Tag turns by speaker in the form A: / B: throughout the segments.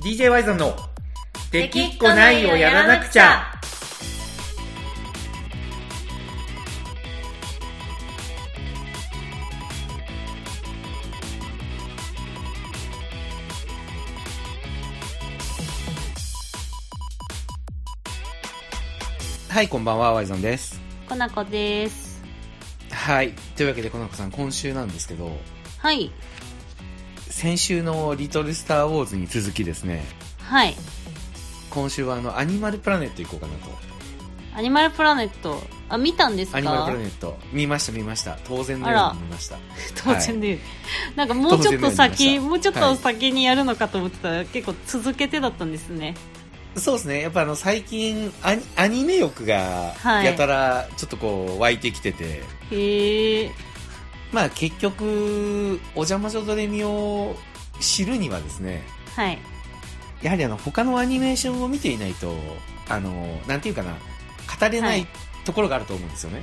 A: DJ ワイゾンの「できっこないをやらなくちゃ」はいこんばんはワイゾンです
B: こなこです
A: はいというわけでこの子さん今週なんですけど
B: はい
A: 先週の「リトル・スター・ウォーズ」に続きですね
B: はい
A: 今週はあのアニマルプラネット行こうかなと
B: アニマルプラネットあ見たんですか
A: アニマルプラネット見ました見ました当然の
B: あ
A: よ
B: ら
A: うに見ました
B: 当然で、なんかもうちょっと
A: 当然の
B: 先
A: ように見ました
B: もうちょっ
A: は
B: と
A: い
B: 先にやるのかと思ってたら、結構続けてだったんですね
A: そうですねやっぱあの最近アニアニメ欲が
B: はい
A: やたらちょっとこう湧いてきてて、
B: へえ
A: まあ結局お邪魔女ドレミを知るにはですね
B: はい
A: やはりあの他のアニメーションを見ていないとあのなんていうかな語れな
B: はい
A: いところがあると思うんですよね、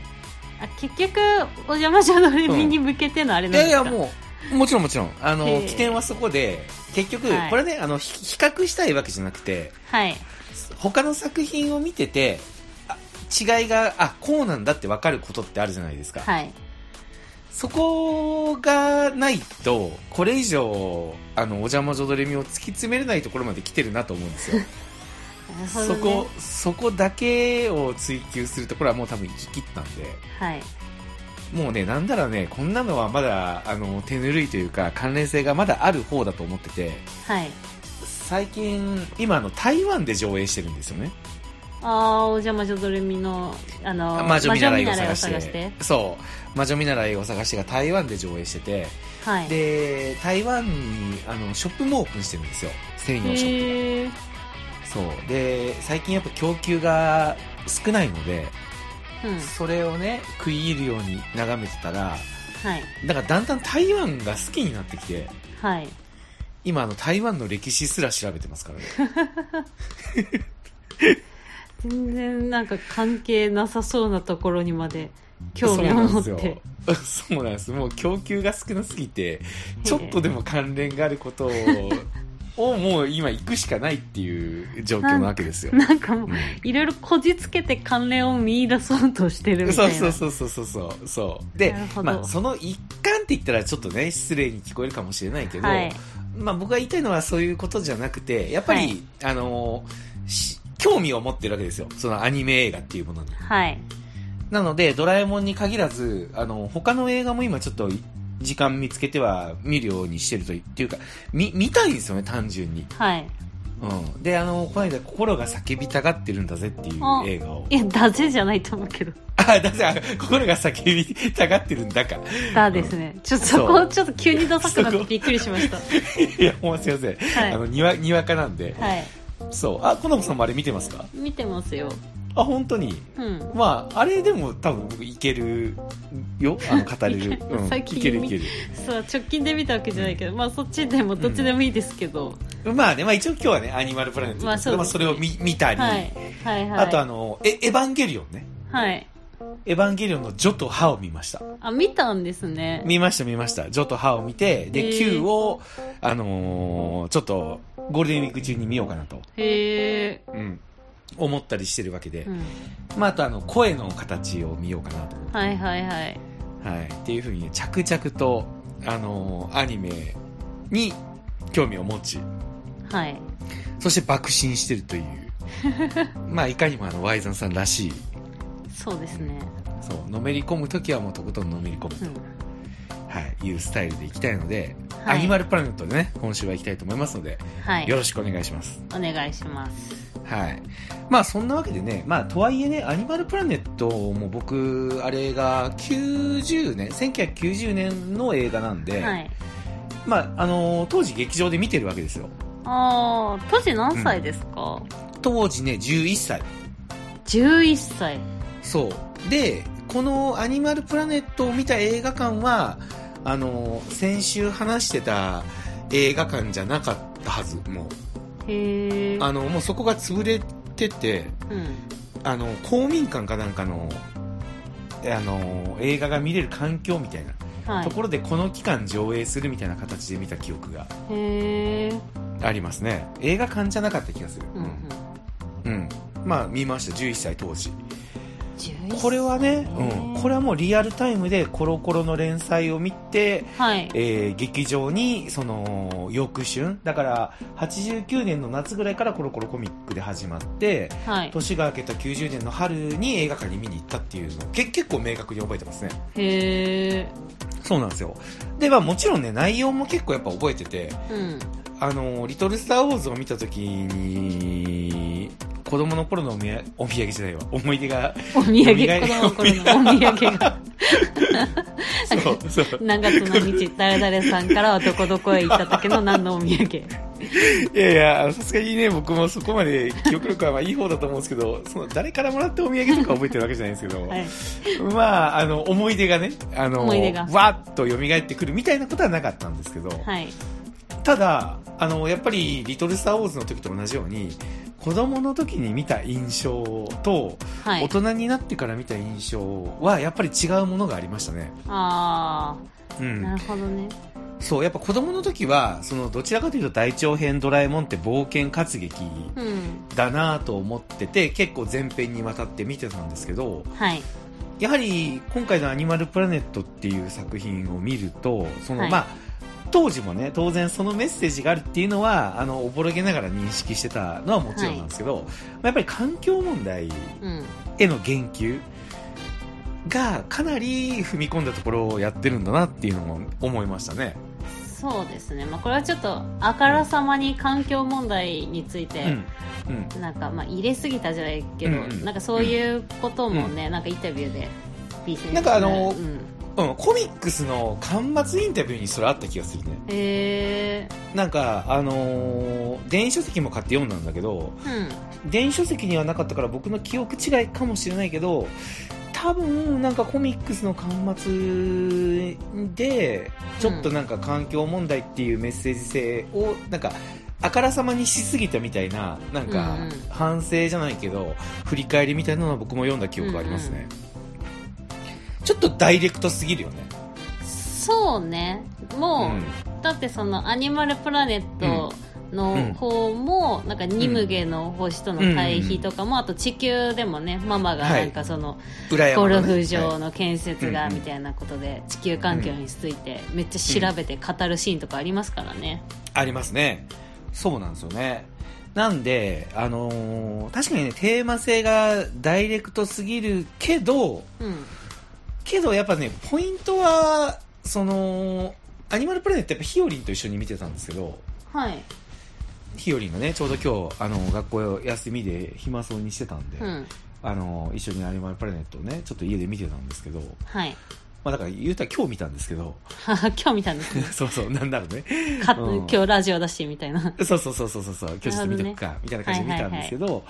B: あ結局お邪魔女のレミに向けてのあれ
A: い、
B: なん
A: やい
B: ですか、
A: やもうもちろんもちろんあの
B: へえ
A: 起点はそこで結局
B: はい
A: これね、あのひ比較したいわけじゃなくて
B: はい
A: 他の作品を見ててあ違いがあこうなんだって分かることってあるじゃないですか、
B: はい
A: そこがないとこれ以上あのお邪魔女ドレミを突き詰めれないところまで来てるなと思うんですよ、
B: なるほど、ね、
A: そこそこだけを追求するところはもう多分行き切ったんで
B: はい
A: もうねなんならねこんなのはまだあの手ぬるいというか関連性がまだある方だと思ってて
B: はい
A: 最近今あの台湾で上映してるんですよね
B: ああお邪魔女ドレミのあの
A: 魔女見習いを
B: 魔女見
A: 探してそう魔女見習いを探してが台湾で上映してて
B: はい
A: で台湾にあのショップもオープンしてるんですよ専用ショップ
B: へえ
A: そうで最近やっぱ供給が少ないので、
B: うん
A: それをね食い入るように眺めてたら
B: はい
A: だからだんだん台湾が好きになってきて
B: はい
A: 今あの台湾の歴史すら調べてますからね
B: 全然なんか関係なさそうなところにまで興味を持っ
A: そ
B: て
A: うなんですよそうなんですもう供給が少なすぎてちょっとでも関連があることををもう今行くしかないっていう状況なわけですよ、
B: なんかもう
A: うん
B: いろいろこじつけて関連を見出そうとしてるみ
A: そ
B: たいうな
A: そうそうそうそうそうそうで
B: なるほ、ど
A: まあ、その一環って言ったらちょっとね失礼に聞こえるかもしれないけど、
B: はい
A: まあ、僕が言いたいのはそういうことじゃなくてやっぱり、
B: はい
A: あのーし興味を持ってるわけですよそのアニメ映画っていうものに
B: はい
A: なので「ドラえもん」に限らずあの他の映画も今ちょっと時間見つけては見るようにしてるといっていうか見見たいんですよね単純に、
B: はい
A: うん、であのこの間「心が叫びたがってるんだぜ」っていう映画を
B: いやだぜじゃないと思うけど
A: あだってあ心が叫びたがってるんだか
B: だですね、ちょっとそこ
A: そう
B: ちょっと急にダサくなってびっくりし ました
A: いや、もうすいません。
B: はい
A: あの、にわ、にわかなんで。
B: はい
A: そう。あ、コナコさんもあれ見てますか
B: 見てますよ
A: あ、本当に。
B: うん
A: まあ、あれでも多分僕いけるよ。あの、語れ
B: い
A: る。
B: ける
A: うん。い
B: 先に
A: けるいけ
B: そう直近で見たわけじゃないけど、まあそっちでもどっちでもいいですけど、
A: る。まあね、まあ一応今日はね、アニマルプラネット
B: まあそうですね
A: まあそれを見見たり、
B: はいはいはい
A: あとあの、え、エヴァンゲリオンね。
B: はい
A: エヴァンゲリオンのジョとハを見ました。
B: あ見たんですね
A: 見ました見ました。ジョとハを見て、
B: へ
A: で、
B: ー
A: Q を、あのーちょっと、ゴールデンウィーク中に見ようかなと。
B: へえ
A: うん。思ったりしてるわけで。
B: うん
A: まあ、あとあの、声の形を見ようかなと思って
B: はいはいはい
A: はい、っていうふうにね着々と、あのーアニメに興味を持ち
B: はい
A: そして爆心してるという まあいかにもあのワイザンさんらしい
B: そうですね、
A: そうのめり込む時はもうとことんのめり込むと、
B: うん、
A: はい、いうスタイルでいきたいので、
B: はい
A: アニマルプラネットでね今週はいきたいと思いますので、
B: はい
A: よろしくお願いします
B: お願いします
A: はいまあそんなわけでねまあとはいえねアニマルプラネットも僕あれが90年1990年の映画なんで、
B: はい
A: まああのー当時劇場で見てるわけですよ
B: ああ当時何歳ですか、
A: 当時ね11歳
B: 11歳
A: そうでこの「アニマルプラネット」を見た映画館はあのー先週話してた映画館じゃなかったはずもう
B: へえ
A: あのもうそこが潰れてて
B: うん
A: あの公民館かなんかのあのー映画が見れる環境みたいな
B: は
A: ところでこの期間上映するみたいな形で見た記憶が
B: いへえ
A: ありますね映画館じゃなかった気がする
B: うんうん、
A: うん、うんまあ見ました11歳当時
B: 11歳
A: これはね、うん、これはもうリアルタイムでコロコロの連載を見て、
B: はい
A: えー劇場にその翌春だから89年の夏ぐらいからコロコロコミックで始まって
B: はい
A: 年が明けた90年の春に映画館に見に行ったっていうのをけ結構明確に覚えてますね
B: へえ
A: そうなんですよで、まあ、もちろんね内容も結構やっぱ覚えてて
B: うん
A: あの「リトル・スター・ウォーズ」を見た時に子供の頃のおみやお土産時代は思い出 が
B: お土産
A: お土産
B: 子供の頃のお土産が
A: そうそう
B: 何月何日誰々さんからはどこどこへ行った時の何のお 土産
A: いやいや、さすがにね、僕もそこまで記憶力はまあいい方だと思うんですけど、その誰からもらったお土産とか覚えてるわけじゃないんですけど、
B: はい
A: まあ、あの、思い出がね、あの、
B: 思い出が
A: わっと蘇ってくるみたいなことはなかったんですけど、
B: はい
A: ただ、あの、やっぱり、リトル・スター・ウォーズの時と同じように、子供の時に見た印象と、
B: は
A: 大
B: い
A: 人になってから見た印象は、やっぱり違うものがありましたね。
B: あ
A: う
B: あ
A: ん。
B: なるほどね
A: そう、やっぱ子供の時は、その、どちらかというと大長編ドラえもんって冒険活劇
B: うん
A: だなぁと思ってて結構前編にわたって見てたんですけど
B: はい
A: やはり今回の「アニマルプラネット」っていう作品を見るとその、
B: はい
A: まあ当時もね当然そのメッセージがあるっていうのはあのおぼろげながら認識してたのはもちろんなんですけど、まあやっぱり環境問題
B: うん
A: への言及がかなり踏み込んだところをやってるんだなっていうのも思いましたね。
B: そうですね、まあ、これはちょっとあからさまに環境問題について、
A: うんうん
B: なんかまあ入れすぎたじゃないけど、
A: うんうん
B: なんかそういうこともね、なんかインタビューで B 先生
A: なんかあの
B: うん、
A: うん、コミックスの端末インタビューにそれあった気がするね。
B: へえ
A: なんか、あのー電子書籍も買って読んだんだけど、
B: うん
A: 電子書籍にはなかったから僕の記憶違いかもしれないけど、多分、なんかコミックスの端末で、ちょっとなんか環境問題っていうメッセージ性を、なんか、あからさまにしすぎたみたいな、なんか
B: うんうん、
A: 反省じゃないけど、振り返りみたいなのは僕も読んだ記憶がありますね。ちょっとダイレクトすぎるよね。
B: そうねもう、だってその「アニマルプラネット」の方も、なんかニムゲの星との対比とかも、あと地球でもねママがなんかその、
A: 裏山
B: ゴ
A: のね
B: ルフ場
A: はい
B: の建設
A: は
B: が
A: い
B: みたいなことで地球環境についてめっちゃ調べて語るシーンとかありますからね。
A: ありますね。そうなんですよね。なんで、あのー確かにね、テーマ性がダイレクトすぎるけど、
B: うん。
A: けどやっぱね、ポイントは、その、アニマルプラネットやっぱヒオリンと一緒に見てたんですけど、
B: はい。
A: ヒオリンがね、ちょうど今日、あの、学校休みで暇そうにしてたんで、
B: うん。
A: あの、一緒にアニマルプラネットをね、ちょっと家で見てたんですけど、
B: はい。
A: まあだから言うたら今日見たんですけど、
B: はは今日見たんですね。
A: そうそう、なんだろうね。
B: か
A: うん
B: 今日ラジオ出してみたいな。
A: そうそうそうそうそうそう、教室見とくか、みたいな感じで見たんですけど、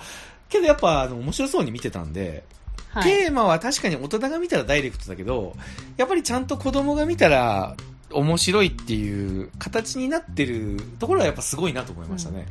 A: けどやっぱあの面白そうに見てたんで、
B: はい。
A: テーマは確かに大人が見たらダイレクトだけど、やっぱりちゃんと子供が見たら面白いっていう形になってるところはやっぱすごいなと思いましたね。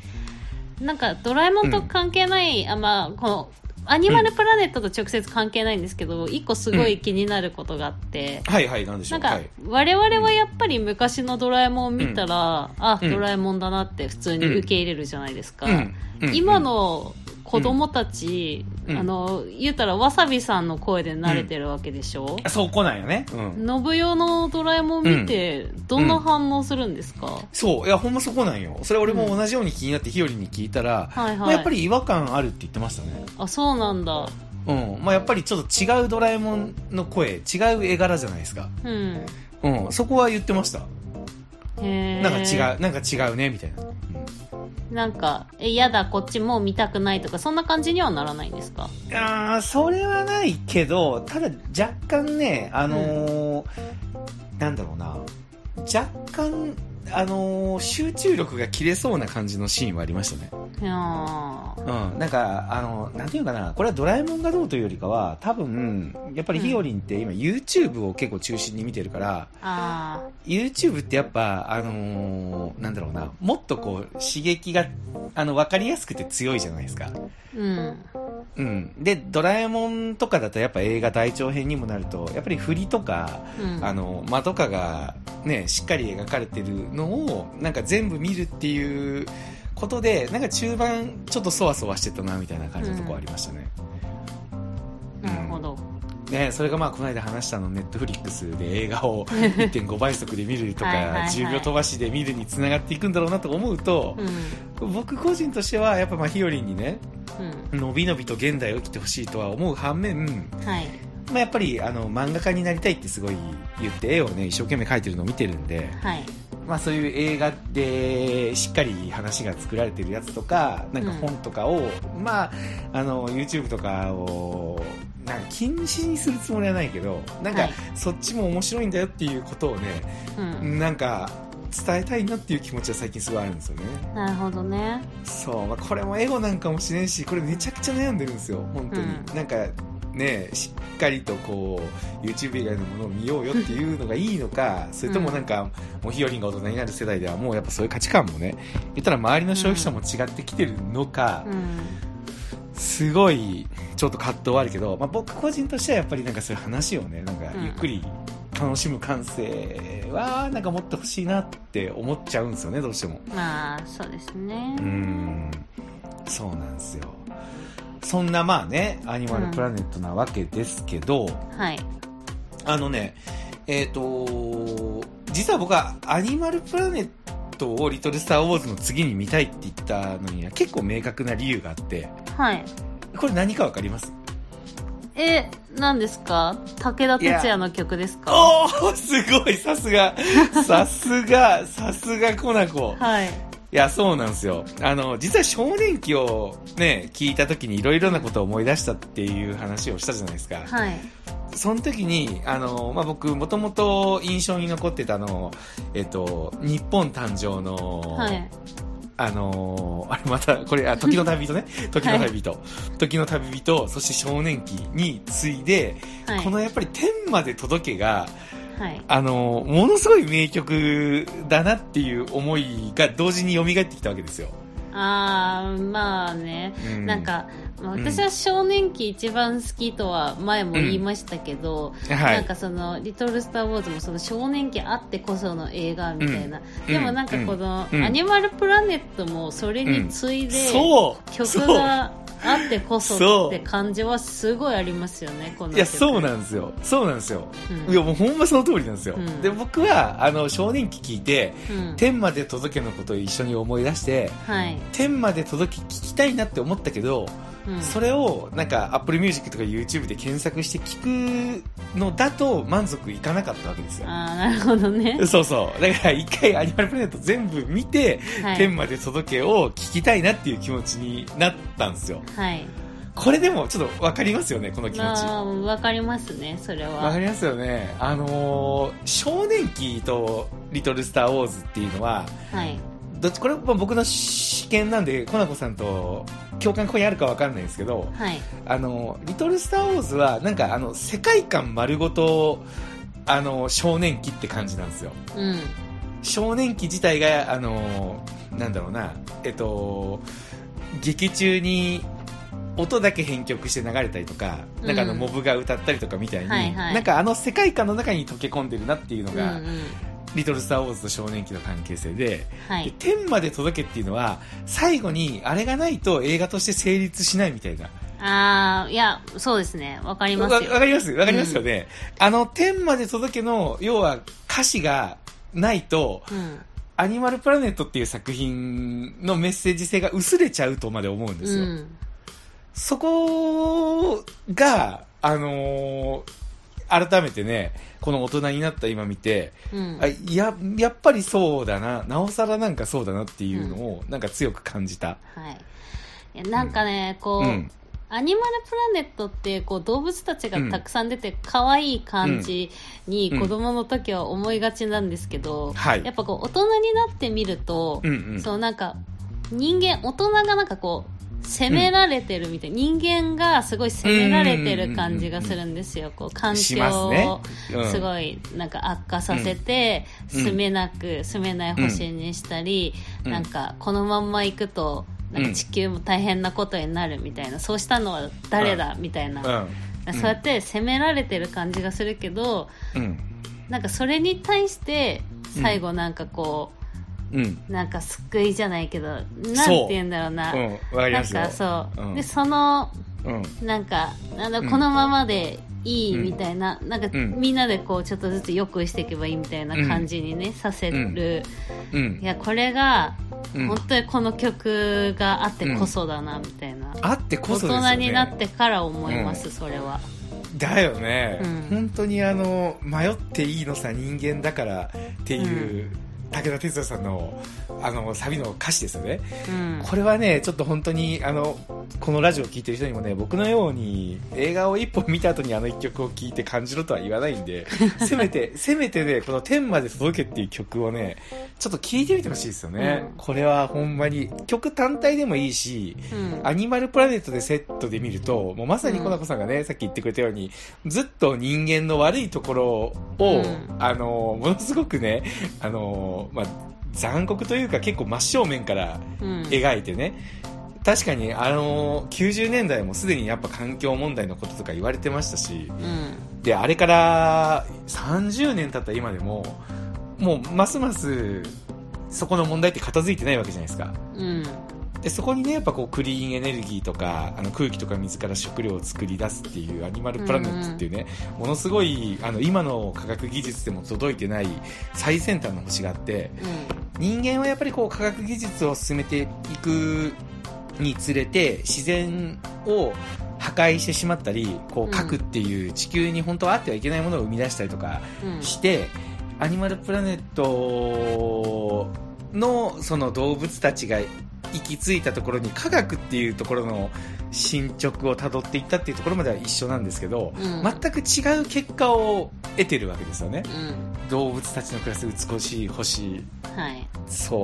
B: なんかドラえもんと関係ない、あ、まあ、この、アニマルプラネットと直接関係ないんですけど、一個すごい気になることがあって、
A: はいはい、なんでしょ
B: なん
A: う。
B: か
A: はい、
B: 我々はやっぱり昔のドラえもんを見たら、あ、
A: うん
B: ドラえもんだなって普通に受け入れるじゃないですか。
A: うんうん
B: 今の子供たち、
A: うん
B: あの言うたらわさびさんの声で慣れてるわけでしょ、
A: そうこなんよね。うん。
B: 信代のドラえもん見てどんな反応するんですか、
A: そう、いやほんまそこなんよ。それ俺も同じように気になってひよりに聞いたら、
B: はいはい
A: まあやっぱり違和感あるって言ってましたね。
B: あそうなんだ
A: うん。まあやっぱりちょっと違うドラえもんの声、違う絵柄じゃないですか。
B: うん
A: うん、そこは言ってました。
B: へー
A: なんか違う、なんか違うね、みたいな。
B: なんかえやだこっちもう見たくないとかそんな感じにはならないんですか
A: ああ、それはないけど、ただ若干ね、あのーなんだろうな、若干、あのー集中力が切れそうな感じのシーンはありましたね。
B: いやー
A: うん、なんか、あの、なんていうかな、これはドラえもんがどうというよりかは、多分、やっぱりヒオリンって今 YouTube を結構中心に見てるから、
B: あ
A: YouTube ってやっぱ、あのーなんだろうな、もっとこう、刺激が、あの、わかりやすくて強いじゃないですか。
B: ーうん
A: うん。で、ドラえもんとかだとやっぱ映画大長編にもなると、やっぱり振りとか、
B: うん
A: あの、間とかがね、しっかり描かれてるのを、なんか全部見るっていうことでなんか中盤ちょっとそわそわしてたなみたいな感じのとこありましたね、
B: なるほど、
A: ね、それがまあこの間話したのネットフリックスで映画を1.5倍速で見るとか
B: はいはいはい
A: 10秒飛ばしで見るにつながっていくんだろうなと思うと
B: う、ん
A: 僕個人としてはやっぱまあひよりんにね
B: う
A: のびのびと現代を生きてほしいとは思う反面、
B: んはい
A: まあ、やっぱりあの漫画家になりたいってすごい言って絵をね一生懸命描いてるのを見てるんで、
B: はい
A: まあ、そういう映画でしっかり話が作られてるやつとかなんか本とかを、まあ、あの YouTube とかをなんか禁止にするつもりはないけどなんか、
B: はい
A: そっちも面白いんだよっていうことをね
B: うん
A: なんか伝えたいなっていう気持ちは最近すごいあるんですよね
B: なるほどね
A: そう、まあ、これもエゴなんかもしれんしこれめちゃくちゃ悩んでるんですよ本当に、
B: うん
A: なんかねしっかりとこう YouTube 以外のものを見ようよっていうのがいいのかそれともなんか、もうひよりんが大人になる世代ではもうやっぱそういう価値観もね言ったら周りの消費者も違ってきてるのか、
B: うん
A: すごいちょっと葛藤はあるけど、まあ、僕個人としてはやっぱりなんかそういう話をねなんか
B: うん
A: ゆっくり楽しむ感性はなんか持ってほしいなって思っちゃうんですよねどうしても。
B: まあそうですね
A: うーんそうなんですよそんなまあねアニマルプラネットなわけですけど、
B: はい
A: あのねえっ、と実は僕はアニマルプラネットを「リトル・スター・ウォーズ」の次に見たいって言ったのには結構明確な理由があって
B: はい
A: これ何かわかります
B: え何ですか武田鉄矢の曲ですか
A: おおすごいさすがさすがさすがコナコ
B: はい
A: いや、そうなんですよ。あの、実は少年期をね、聞いた時にいろいろなことを思い出したっていう話をしたじゃないですか。
B: はい
A: その時に、あの、まあ、僕、もともと印象に残ってたあの、えっと、日本誕生の、
B: はい
A: あの、あれまた、これ、あ、時の旅 人ね。時の旅人。時の旅人、そして少年期に次いで、
B: はい
A: このやっぱり天まで届けが、
B: はい
A: あの、ものすごい名曲だなっていう思いが同時に蘇ってきたわけですよ。
B: ああまあね
A: う
B: なん、か、まあ
A: うん
B: 私は少年期一番好きとは前も言いましたけど、
A: は
B: なん
A: い。
B: かその「リトル・スター・ウォーズ」もその少年期あってこその映画みたいな、でもなんかこの「
A: うん
B: アニマルプラネット」もそれに次いで、
A: そう
B: 曲
A: そう
B: があってこそっ
A: そう
B: て感じはすごいありますよねこの曲
A: いや、そうなんですよ。そうなんですよ。
B: うん
A: いや、もうほんまその通りなんですよ。
B: うん
A: で、僕は、あの、少年期聞いて、
B: うん
A: 天まで届けのことを一緒に思い出して、
B: はい、
A: 天まで届け聞きたいなって思ったけど、
B: うん
A: それを、なんか、Apple Music とか YouTube で検索して聞くのだと満足いかなかったわけですよ。
B: ああなるほどね、
A: そうそう。だから、一回アニマルプラネット全部見て、
B: はい、
A: 天まで届けを聞きたいなっていう気持ちになったんですよ。
B: はい
A: これでも、ちょっとわかりますよね、この気持ち。
B: あーわかりますねそれ
A: わか
B: は
A: りますよね。あのー少年期とリトルスターウォーズっていうのは、
B: はい
A: どっち、これ、まあ、僕の試験なんで、コナコさんと共感ここにあるかわかんないんですけど、
B: はい
A: あのーリトルスターウォーズは、なんか、あの、世界観丸ごと、あのー少年期って感じなんですよ。
B: うん
A: 少年期自体が、あのーなんだろうな、えっと、劇中に、音だけ編曲して流れたりとか、なんかあの
B: うん
A: モブが歌ったりとかみたいに、
B: はいはい
A: なんかあの世界観の中に溶け込んでるなっていうの
B: うんう
A: が、
B: ん
A: リトル・スター・ウォーズと少年期の関係性で、
B: は
A: で
B: い
A: 天まで届けっていうのは、最後にあれがないと映画として成立しないみたいな。
B: ああいやそうですねわかりま
A: わ
B: す
A: わ
B: よ
A: かりますわかりますよね。あの天まで届けの、要は歌詞がないと、
B: うん
A: アニマルプラネットっていう作品のメッセージ性が薄れちゃうとまで思うんですよ。
B: うん
A: そこが、あのー改めてね、この大人になった今見て、
B: うん
A: あや、やっぱりそうだな、なおさらなんかそうだなっていうのを、なんか強く感じた。
B: はいいやなんかね、こ
A: う
B: う、
A: ん
B: アニマルプラネットってこう動物たちがたくさん出て可愛い感じに
A: うん
B: 子供の時は思いがちなんですけど、
A: はい
B: やっぱこう大人になってみると、
A: うんうん。
B: そうなんか人間大人がなんかこう責められてるみたいな、人間がすごい責められてる感じがするんですよ、こう環
A: し
B: 境
A: ます
B: を、
A: ねうん
B: すごいなんか悪化させて、
A: うん
B: 住めなく住めない星にしたり、
A: うん
B: なんかこのまんま行くとなんか地球も大変なことになるみたいな、そうしたのは誰だ、みたいな、
A: うん
B: そうやって責められてる感じがするけど
A: うん。うん。
B: なんかそれに対して最後なんかこう、
A: うん
B: なんか救いじゃないけどなんて
A: そう
B: 言うんだろうな、
A: うんわかり
B: な
A: ま
B: ん
A: すよ
B: かそう、
A: うん
B: でその
A: うん
B: なんかあの、
A: うん
B: このままでいい
A: うん
B: みたいな、なんか、
A: うん
B: みんなでこうちょっとずつ良くしていけばいいみたいな感じにね、させる、
A: うん
B: いやこれが、
A: うん
B: 本当にこの曲があってこそだなみたいな、
A: あってこ
B: 大
A: そですよね
B: 人になってから思います、それは
A: だよね、
B: うん
A: 本当にあの迷っていいのさ人間だからっていう、武田鉄矢さんのあのサビの歌詞ですよね、
B: うん
A: これはねちょっと本当にあのこのラジオを聴いてる人にもね僕のように映画を一本見た後にあの一曲を聴いて感じろとは言わないん でせめてせめてねこの「天まで届け」っていう曲をねちょっと聴いてみてほしいですよね、
B: うん
A: これはほんまに曲単体でもいいし
B: うん
A: アニマルプラネットでセットで見ると、もうまさにコナコさんがね、さっき言ってくれたように、ずっと人間の悪いところを、
B: うん
A: あの、ものすごくね、あの、まあ、残酷というか結構真正面から
B: うん
A: 描いてね、確かにあの、90年代もすでにやっぱ環境問題のこととか言われてましたし、
B: うん
A: で、あれから30年経った今でも、もうますますそこの問題って片付いてないわけじゃないですか。
B: うん
A: でそこにねやっぱこうクリーンエネルギーとかあの空気とか水から食料を作り出すっていうアニマルプラネットっていうね、ものすごいあの今の科学技術でも届いてない最先端の星があって人間はやっぱりこう科学技術を進めていくにつれて自然を破壊してしまったりこ
B: うん
A: う核っていう地球に本当はあってはいけないものを生み出したりとか
B: うん
A: して、アニマルプラネットのその動物たちが行き着いたところに科学っていうところの進捗をたどっていったっていうところまでは一緒なんですけど、
B: うん
A: 全く違う結果を得てるわけですよね
B: うん
A: 動物たちの暮らす美しい星
B: はい
A: そ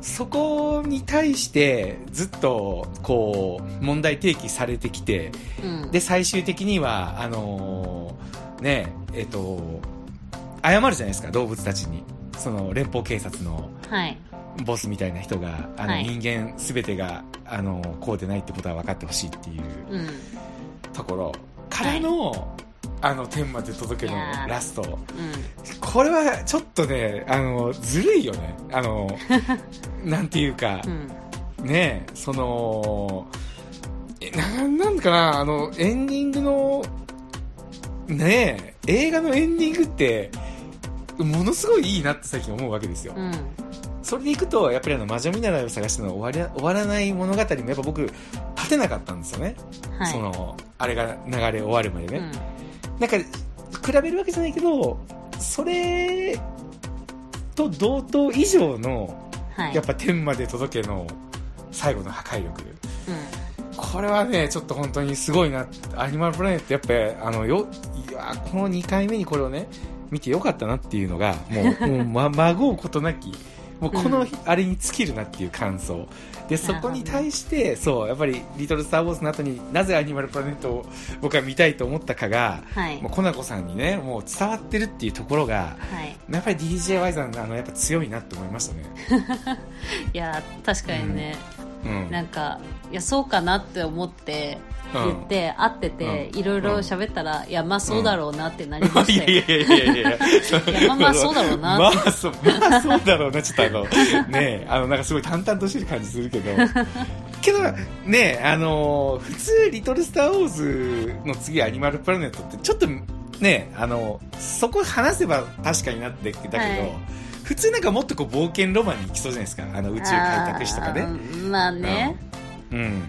A: うそこに対してずっとこう問題提起されてきて、
B: うん
A: で最終的にはあのーねえっ、と謝るじゃないですか動物たちにその連邦警察の
B: はい
A: ボスみたいな人があの、
B: はい
A: 人間全てがあのこうでないってことは分かってほしいっていう
B: うん
A: ところからの、あの天まで届けの
B: いやー
A: ラストこれはちょっとねあのずるいよねあ のなんていうか、
B: うん
A: ねえそのえななんかなあのエンディングのねえ映画のエンディングってものすごいいいなって最近思うわけですよ、
B: うんうん
A: それでいくとやっぱりあの魔女見習いを探しての終わり終わらない物語もやっぱ僕立てなかったんですよね、
B: はい
A: そのあれが流れ終わるまでね、
B: うん
A: なんか比べるわけじゃないけどそれと同等以上の
B: はい
A: やっぱ天まで届けの最後の破壊力、
B: う
A: これはね、ちょっと本当にすごいな、アニマルプラネット、やっぱあのよいやーこの2回目にこれをね、見てよかったなっていうのが、もう、もうま、まごうことなき、もうこ
B: う
A: の
B: ん
A: あれに尽きるなっていう感想、でそこに対して、そう、やっぱり、リトル・スター・ウォーズの後になぜアニマルプラネットを僕は見たいと思ったかが、
B: んはい
A: もう、コナコさんにね、もう伝わってるっていうところが、
B: はい
A: やっぱり DJY さんのあの、やっぱ強いなって思いましたね。
B: いや確かにね、
A: うん。
B: なんかいやそうかなって思って
A: うん
B: 言って、会ってて、
A: うん
B: いろいろ喋ったら、いやまあそうだろうなってなり ま
A: い
B: し
A: や
B: た
A: い
B: よ、
A: やいやいやいや
B: いやまあまあそうだろうな
A: まあそうまあそうだろうなちょっとあ のねあのなんかすごい淡々としてる感じするけどけどねあの普通「リトル・スター・ウォーズ」の次「アニマル・プラネット」ってちょっとねあのそこ話せば確かになってきたけど、
B: はい
A: 普通なんかもっとこう冒険ロマンに行きそうじゃないですかあの宇宙開拓士とか
B: あ
A: ね
B: ーまあね、
A: うん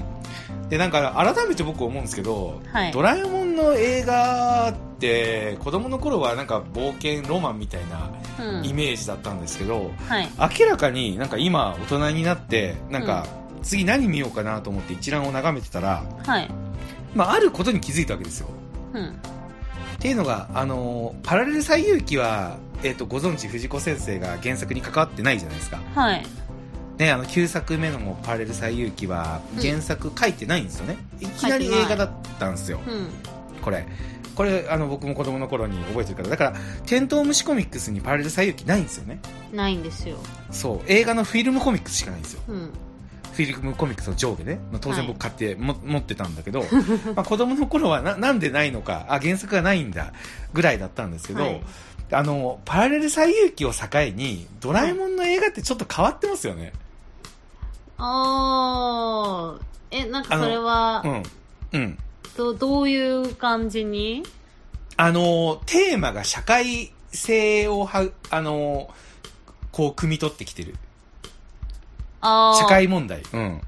A: でなんか改めて僕思うんですけど、
B: はい
A: ドラえもんの映画って子供の頃はなんか冒険ロマンみたいな
B: うん
A: イメージだったんですけど、
B: はい
A: 明らかになんか今大人になってなんか次何見ようかなと思って一覧を眺めてたら、
B: はい
A: まあ、あることに気づいたわけですよ
B: うん
A: っていうのが、あのパラレル最遊記は、えっとご存知藤子先生が原作に関わってないじゃないですか、
B: はい
A: ね、あの9作目の「パラレル最遊記」は
B: うん
A: 原作書いてないんですよね、いきなり映画だったんですよ
B: うん
A: これこれあの僕も子供の頃に覚えてるからだから「テントウムシコミックス」に「パラレル最遊記」ないんですよね
B: ないんですよ
A: そう映画のフィルムコミックスしかないんですよ
B: うん
A: フィルムコミックスの上下ね、まあ当
B: は
A: 然
B: い
A: 僕買っても、持ってたんだけど まあ子供の頃はななんでないのかあ原作がないんだぐらいだったんですけど、
B: はい
A: あの、パラレル最遊記を境に、ドラえもんの映画ってちょっと変わってますよね。
B: あー。え、なんかそれは、
A: うん。うん。
B: どどういう感じに
A: あの、テーマが社会性をは、あの、こう、汲み取ってきてる。
B: あー
A: 社会問題。うん。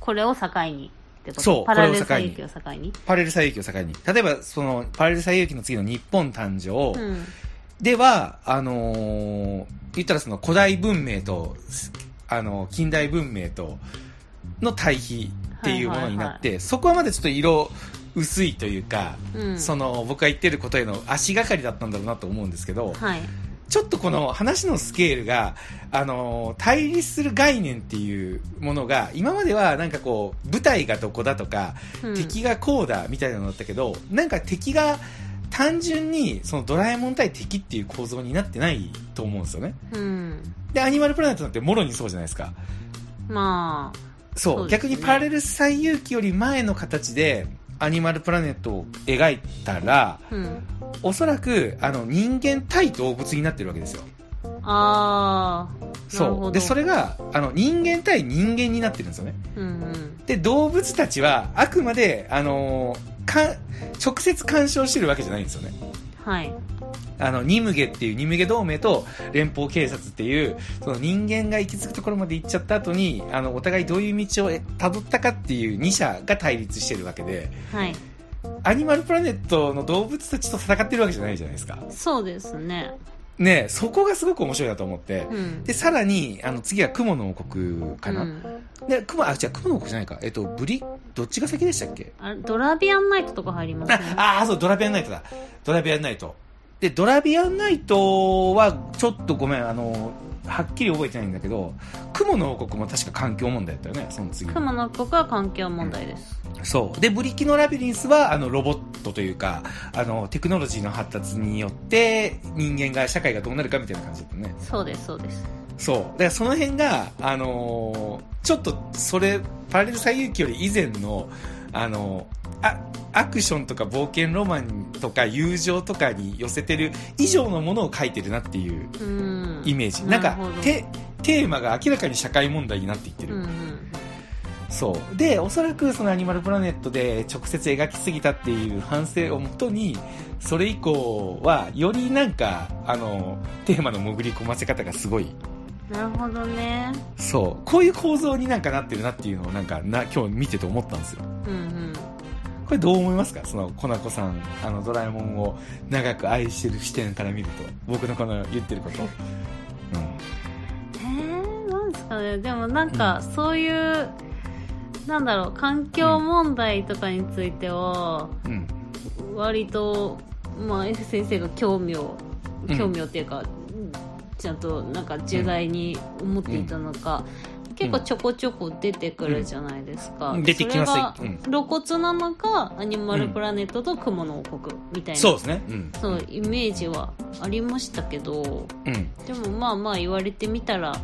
B: これを境にってこと
A: そう
B: パラレ
A: これ
B: ル
A: を
B: 最
A: 境に
B: 遊記を境に。
A: パラレル最遊記を境に。例えば、その、パラレル最遊記の次の日本誕生
B: うん。
A: では、あのー言ったらその古代文明と、あの、近代文明との対比っていうものになって、そこはまだちょっと色薄いというか、
B: うん。
A: その、僕が言ってることへの足がかりだったんだろうなと思うんですけど、
B: はい。
A: ちょっとこの話のスケールが、あのー対立する概念っていうものが、今まではなんかこう、舞台がどこだとか、
B: うん
A: 敵がこうだみたいなのだったけど、なんか敵が単純にそのドラえもん対敵っていう構造になってないと思うんですよね。
B: うん。
A: で、アニマルプラネットなんてもろにそうじゃないですか。
B: ま
A: そう、
B: そうです
A: 逆
B: ね
A: にパラレル最遊記より前の形で、アニマルプラネットを描いたら、
B: あ、うん。
A: おそらく、あの、人間対動物になってるわけですよ。
B: あー。なるほ
A: そ
B: ど
A: う。で、それが、あの、人間対人間になってるんですよね。
B: うんうん。
A: で、動物たちは、あくまで、あのーか、直接干渉してるわけじゃないんですよね。
B: はい。
A: あの、ニムゲっていうニムゲ同盟と連邦警察っていう、その人間が行き着くところまで行っちゃった後に、あの、お互いどういう道を辿ったかっていう2者が対立してるわけで、
B: はい。
A: アニマルプラネットの動物たちと戦ってるわけじゃないじゃないですか。
B: そうですね。
A: ねえそこがすごく面白いなと思って。
B: うん。
A: で、さらに、あの、次は雲の王国かな。
B: うん
A: で、雲、あ、違う、雲の王国じゃないか。えっと、ブリ、どっちが先でしたっけ
B: あれドラビアンナイトとか入ります
A: あ
B: ね。
A: あー、そう、ドラビアンナイトだ。ドラビアンナイト。で、ドラビアンナイトは、ちょっとごめん、あの、はっきり覚えてないんだけど、雲の王国も確か環境問題だったよね、その次。
B: 熊の国は環境問題です。
A: そう。で、ブリキのラビリンスは、あの、ロボットというか、あの、テクノロジーの発達によって、人間が、社会がどうなるかみたいな感じだったね。
B: そうです、そうです。
A: そう。だからその辺が、あのーちょっと、それ、パラレル最遊記より以前の、あのーあ、アクションとか冒険ロマンとか友情とかに寄せてる以上のものを書いてるなっていう
B: うん。
A: イメージ。
B: うん
A: なん
B: な
A: か
B: るほど、
A: テ、テーマが明らかに社会問題になっていって
B: う
A: る。
B: んうん。
A: そう。で、おそらくそのアニマルプラネットで直接描きすぎたっていう反省をもとに、それ以降は、よりなんか、あのー、テーマの潜り込ませ方がすごい
B: なるほどね。
A: そう。こういう構造になんかなってるなっていうのをなんかな、今日見てて思ったんですよ。
B: うんうん。
A: これどう思いますかその、コナコさん、あの、ドラえもんを長く愛してる視点から見ると、僕のこの言ってること。
B: えー、なんですかね。でもなんか、そういう、なんだろう、環境問題とかについては、
A: うん。うん。
B: 割と、まあ、F 先生が興味を
A: うん
B: 興味をっていうか、ちゃんとなんか重大に思っていたのか、結構ちょこちょこ出てくるじゃないですか、
A: うん出てきます
B: それが
A: うん
B: 露骨なのかアニマルプラネットと雲の王国みたいな、
A: そうですね。うん。
B: そうイメージはありましたけど
A: うん。
B: でもまあまあ言われてみたらっ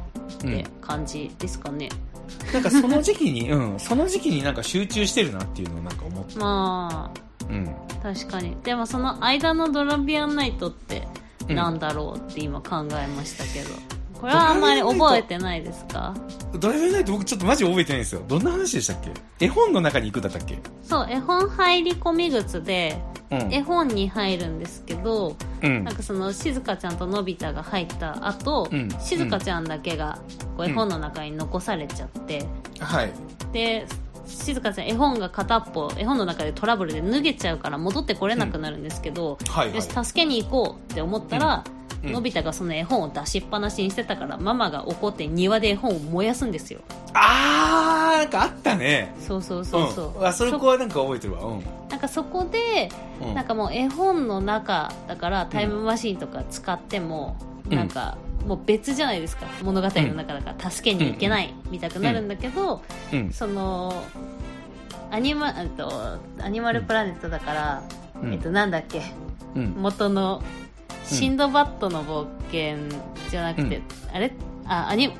A: うん
B: て感じですかね、
A: なんかその時期に、 うん。その時期になんか集中してるなっていうのをなんか思って。
B: まあ
A: うん。
B: 確かにでもその間のドラビアンナイトってなんだろうって今考えましたけど、これはあんまり覚えてないですか
A: ドラえもんないと僕ちょっとマジ覚えてないんですよ。どんな話でしたっけ絵本の中に行くんだったっけ
B: そう絵本入り込み靴で
A: うん。
B: 絵本に入るんですけど
A: うん
B: なん。かそのしずかちゃんとのび太が入った後、
A: うん
B: しずかちゃんだけがこう絵本の中に残されちゃって、
A: はい。
B: でしずかちゃん絵本が片っぽ絵本の中でトラブルで脱げちゃうから戻ってこれなくなるんですけど、
A: はい、はい。
B: よし助けに行こうって思ったら、
A: うんうん
B: のび太がその絵本を出しっぱなしにしてたからママが怒って庭で絵本を燃やすんですよ
A: あー、なんかあったね。
B: そうそうそうそう、
A: ん、あそれこはなんか覚えてるわうん
B: なんかそこで、
A: うん
B: なんかもう絵本の中だからタイムマシンとか使っても、
A: うん
B: なんかもう別じゃないですか物語の中だから助けに行けない、見たくなるんだけど、
A: うん
B: そのアニマえっとアニマルプラネットだから、
A: うん
B: えっと、なんだっけ
A: うん
B: 元のシンドバッドの冒険じゃなくて、
A: うん
B: あれあアニん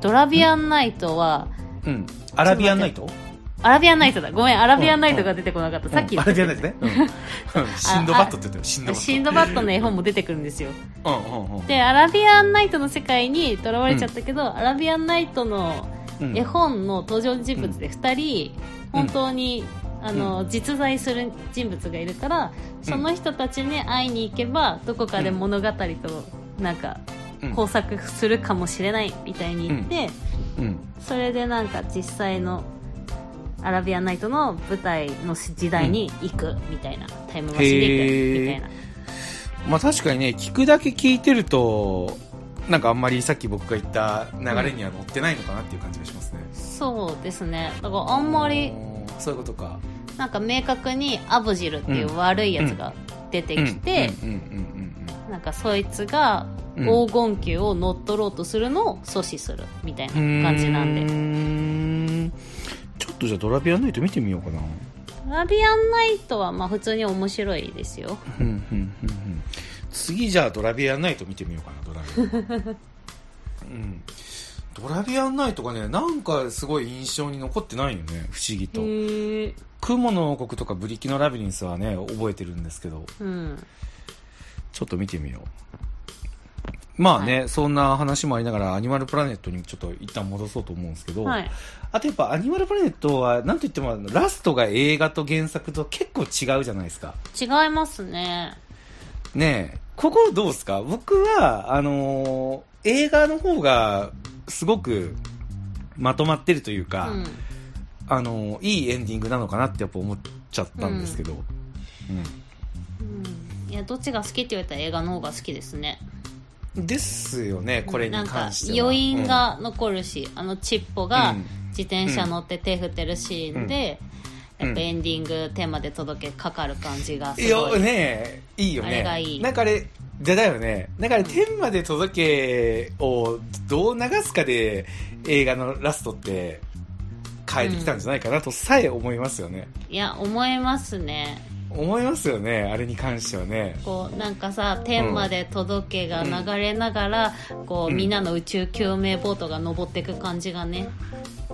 B: ドラビアンナイトは、
A: うんアラビアンナイト
B: アラビアンナイトだごめんアラビアンナイトが出てこなかった、さっき
A: うんあれじゃないですね、 うんうんシンドバットって言ってるシンドバット
B: シンドバッドの絵本も出てくるんですよ
A: うんうんうん
B: でアラビアンナイトの世界にとらわれちゃったけど、アラビアンナイトの
A: うん
B: 絵本の登場人物で2人、
A: うん
B: 本当にあの、実在する人物がいるからその人たちに会いに行けばどこかで物語となんか
A: うん
B: 工作するかもしれないみたいに言って、
A: うん
B: それでなんか実際のアラビアンナイトの舞台の時代に行くみたいな、タイムマシンで行くみたいな
A: まあ確かにね聞くだけ聞いてるとなんかあんまりさっき僕が言った流れには乗ってないのかなっていう感じがしますね、
B: そうですねだからあんまり
A: うんそういうことか
B: なんか明確にアブジルっていう悪いやつが出てきて、
A: うんうんうん
B: なんかそいつが
A: うん
B: 黄金球を乗っ取ろうとするのを阻止するみたいな
A: うんうん
B: 感じなんで、
A: うーんちょっとじゃあドラビアンナイト見てみようかな
B: アラビアンナイトはまあ普通に面白いですよ
A: うんうんうんうん次じゃあドラビアンナイト見てみようかなドラビアン、うん、ドラビアンナイトがねなんかすごい印象に残ってないよね不思議と
B: へえ
A: 「雲の王国」とか「ブリキのラビリンス」はね覚えてるんですけど
B: うん
A: ちょっと見てみようまあね、そんな話もありながらアニマルプラネットにちょっと一旦戻そうと思うんですけど、
B: はい
A: あとやっぱアニマルプラネットはなんといってもあのラストが映画と原作と結構違うじゃないですか
B: 違いますね
A: ねえここどうですか僕はあのー映画の方がすごくまとまってるという
B: う
A: か、
B: ん
A: あのーいいエンディングなのかなってやっぱ思っちゃったんですけど、うん
B: うんいやどっちが好きって言われたら映画の方が好きですね
A: ですよねこれに
B: なんか
A: 関しては
B: 余韻、が残るし、あのチッポが
A: うん
B: 自転車乗って手振ってるシーンで、
A: うん
B: やっぱエンディングテーマで届けかかる感じが
A: う
B: す
A: ん
B: ご
A: い
B: い
A: やねえいいよね
B: あれがいい
A: なんかあれでだよねなんかあれ天まで届けをどう流すかで映画のラストって変えてきたんじゃないかなとさえ思いますよね、
B: いや思いますね
A: 思いますよねあれに関してはね
B: こうなんかさ天まで届けが流れながら、こう
A: うん
B: みんなの宇宙救命ボートが登っていく感じがね、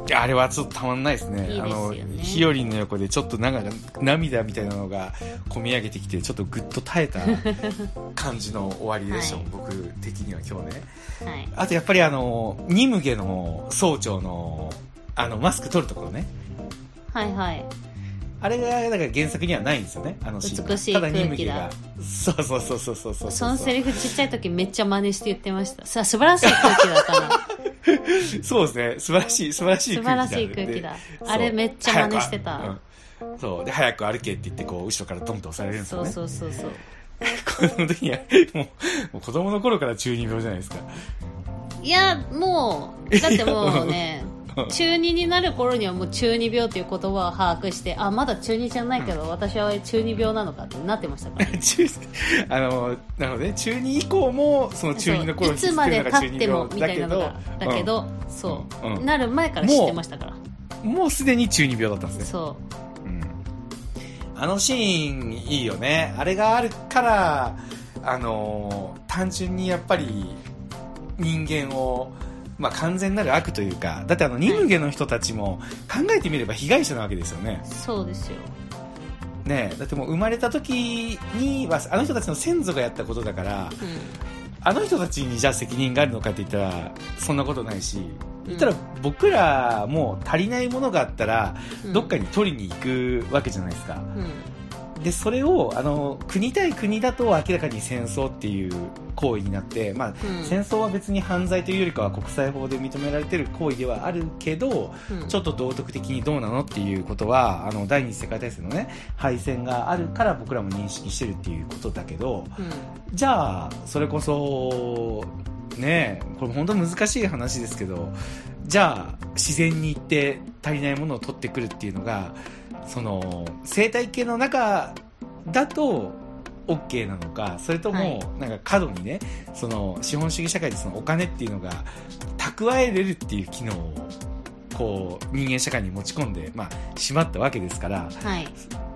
A: いやあれはちょっとたまんないですね
B: いいですよね
A: あのひよりんの横でちょっとなんか涙みたいなのがこみ上げてきてちょっとぐっと耐 えた感じの終わりでしょう、
B: はい
A: 僕的には今日ね
B: はい
A: あとやっぱりあのニムゲの総長のあのマスク取るところね
B: はいはい
A: あれがだから原作にはないんですよねあのシーンは
B: 美しい
A: ただニム
B: 空気
A: ゲ
B: だ
A: がそうそうそうそうそうそう
B: そのセリフちっちゃい時めっちゃ真似して言ってましたさ素晴らしい空気だった な
A: そうですね素晴らしい素晴らしい
B: 素晴
A: 空
B: ら
A: 気
B: し
A: だ
B: い空気
A: で
B: だ
A: そう
B: あれめっちゃ真似してた、
A: 早くうんそうで早く歩けって言ってこう後ろからドンと押されるんです
B: そ
A: よ
B: う
A: ね
B: そうそうそう
A: この時にはもうもう子供の頃から中二病じゃないですか
B: いやもうだってもう ね中二になる頃にはもう中二病っていう言葉を把握してあまだ中二じゃないけど、私は中二病なのかってなってましたからね
A: 中あのなので中二以降もその中二の頃
B: そういつまで経ってもみたいなのがだけど、そう、
A: うん
B: なる前から知ってましたから
A: うんもうすでに中二病だったんですね、
B: そ
A: うんあのシーンいいよねあれがあるからあの単純にやっぱり人間をまあ完全なる悪というかだってあの人間の人たちも考えてみれば被害者なわけですよね、
B: うそうですよ
A: ねえだってもう生まれた時にはあの人たちの先祖がやったことだから
B: う
A: あの人たちにじゃあ責任があるのかって言ったらそんなことないし
B: ん
A: 言ったら僕らも足りないものがあったら
B: うん
A: どっかに取りに行くわけじゃないですか
B: うん
A: でそれをあの国対国だと明らかに戦争っていう行為になって、まあ
B: うん
A: 戦争は別に犯罪というよりかは国際法で認められてる行為ではあるけど、
B: うん
A: ちょっと道徳的にどうなのっていうことはあの第二次世界大戦のね敗戦があるから僕らも認識してるっていうことだけど
B: うん
A: じゃあそれこそねえこれ本当難しい話ですけどじゃあ自然に行って足りないものを取ってくるっていうのがその生態系の中だと OK なのかそれと
B: は
A: も
B: い
A: なんか過度にねその資本主義社会でそのお金っていうのが蓄えれるっていう機能をこう人間社会に持ち込んで、まあ、しまったわけですから
B: はい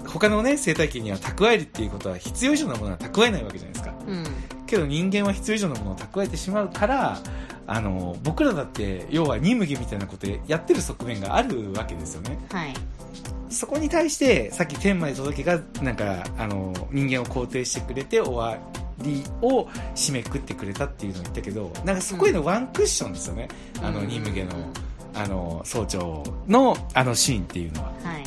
A: 他のね生態系には蓄えるっていうことは必要以上のものは蓄えないわけじゃないですか
B: うん
A: けど人間は必要以上のものを蓄えてしまうからあの僕らだって要はニムゲみたいなことやってる側面があるわけですよね
B: はい
A: そこに対してさっき天まで届けがなんかあの人間を肯定してくれて終わりを締めくってくれたっていうのを言ったけどなんかそこへのワンクッションですよね、あの
B: うん
A: ニムゲの
B: うん
A: あの総長のあのシーンっていうのは
B: はい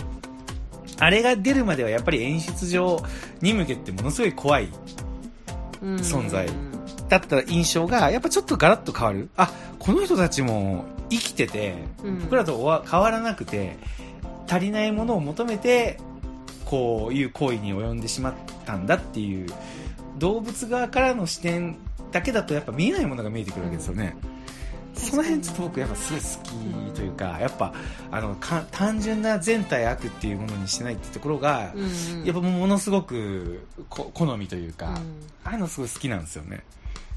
A: あれが出るまではやっぱり演出上ニムゲってものすごい怖い
B: うん
A: 存在
B: うん
A: だった印象がやっぱちょっとガラッと変わるあこの人たちも生きてて
B: うん
A: 僕らとは変わらなくて足りないものを求めてこういう行為に及んでしまったんだっていう動物側からの視点だけだとやっぱ見えないものが見えてくるわけですよね、その辺ちょっと僕やっぱすごい好きというかやっぱあのか単純な善対悪っていうものにしてないってところが、
B: うん
A: やっぱものすごくこ好みというか、
B: うん
A: ああいうのすごい好きなんですよね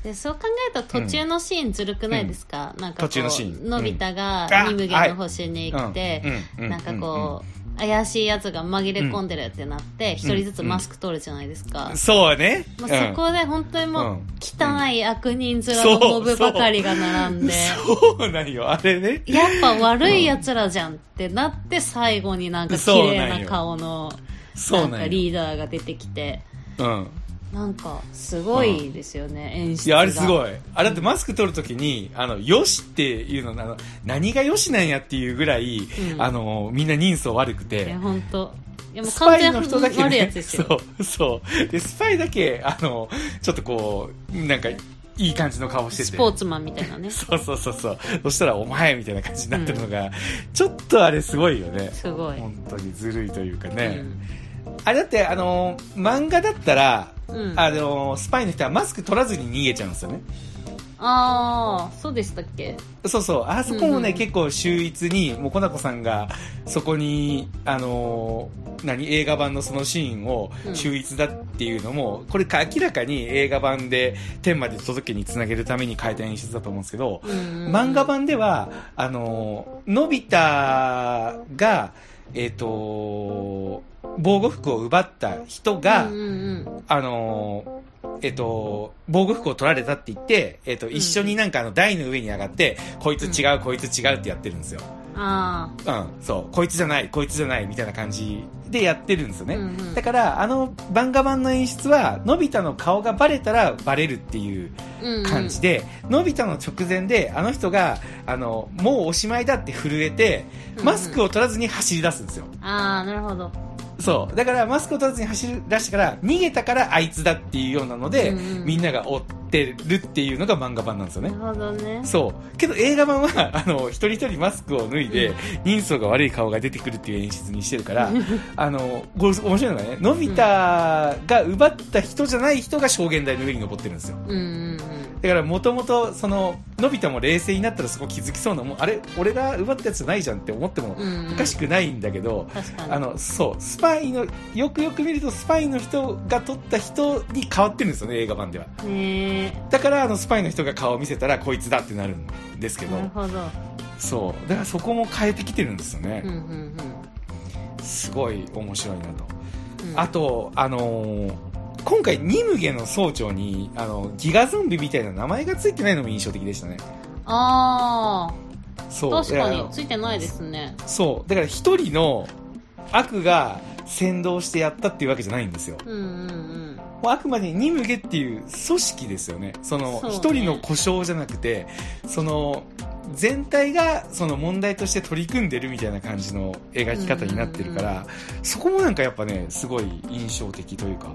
B: でそう考えると途中のシーンずるくないですか、なんかこ
A: 途
B: う
A: 中のシーン
B: のび太が
A: うん
B: ニムゲの星に来て、
A: うんう
B: なんかこう怪しいやつが紛れ込んでるってなって一人ずつマスク取るじゃないですか、
A: そうね、
B: まあ、そこで本当に
A: う
B: もうん汚い悪人面のモブばかりが並んで、
A: そうなんよあれね
B: やっぱ悪いやつらじゃんってなって最後になんか綺麗な顔の
A: そ
B: な
A: うんな
B: か
A: んよ
B: リーダーが出てきて
A: うん
B: なんかすごいですよね、演
A: い
B: 出が
A: やあれすごいあれだってマスク取るときにあのよしっていうのあの何がよしなんやっていうぐらい、
B: うん
A: あのみんな人相悪く
B: い
A: て
B: や本当いやもう
A: スパ
B: 完
A: イ
B: 全
A: の
B: に
A: 人だけ、ね、
B: 悪いやつですよ
A: そうそうでスパイだけあのちょっとこうなんかいい感じの顔してて
B: スポーツマンみたいなねす
A: そうそうそうそうそしたらお前みたいな感じになってるのが、ちょっとあれすごいよね
B: ごい、
A: 本当にずるいというか
B: う
A: ね、
B: ん
A: あれだってあのー漫画だったら、
B: うん
A: あのースパイの人はマスク取らずに逃げちゃうんですよね
B: ああそうでしたっけ
A: そうそうあそこもね、
B: うんうん
A: 結構秀逸にもうコナコさんがそこにあのー何映画版のそのシーンを
B: うん
A: 秀逸だっていうのも、これか明らかに映画版で天まで届けにつなげるために変えた演出だと思うんですけど、漫
B: 漫
A: 画版ではあのーのび太がえっ、と防護服を奪った人が、
B: うんうん
A: あのーえっと、防護服を取られたって言って、えっと、一緒になんかあの台の上に上がって、こいつ違う、こいつ違うってやってるんですよ。
B: うん、あ
A: うん、そう、こいつじゃない、こいつじゃない、みたいな感じでやってるんですよ
B: あ、
A: ね。
B: うんうん
A: だから、あの、漫画版の演出は、のび太の顔がバレたらバレるっていう
B: うんうん
A: 感じで、のび太の直前で、あの人が、あの、もうおしまいだって震えて、マスクを取らずに走り出すんですよ。
B: ああなるほど
A: そう。だから、マスクを取らずに走り出してから、逃げたからあいつだっていうようなので、
B: うんうん
A: みんなが追ってるっていうのが漫画版なんですよ
B: な
A: ね
B: る。ほどね
A: そう。けど映画版は、あの、一人一人マスクを脱いで、人相が悪い顔が出てくるっていう演出にしてる から、あの、ご面白いのがね、のび太が奪った人じゃない人が証言台の上に登ってるんですよ。
B: うんうん
A: だから、もともと、その、のび太も冷静になったらそこ気づきそうなもん、あれ、俺が奪ったやつじゃないじゃんって思っても
B: うん、うんうん
A: おかしくないんだけど、
B: 確かに
A: あのそうスパイのよくよく見るとスパイの人が撮った人に変わってるんですよね映画版では
B: ね
A: だからあのスパイの人が顔を見せたらこいつだってなるんですけ
B: え
A: ど
B: なるほど
A: そうだからそこも変えてきてるんですよね
B: うん、うんうん
A: すごい面白いなと、
B: うん
A: あとあのー今回ニムゲの総長にあのギガゾンビみたいな名前がついてないのも印象的でしたね
B: あ
A: そ
B: あ
A: う
B: 確か
A: いや
B: についてないですね
A: そうだから一人の悪が先導してやったっていうわけじゃないんですよ
B: うんうんうん
A: もうあくまでニムゲっていう組織ですよね。その
B: そうね
A: 一、人の故障じゃなくて、その全体がその問題として取り組んでるみたいな感じの描き方になってるから、
B: うんう
A: そこもなんかやっぱね、すごい印象的というか、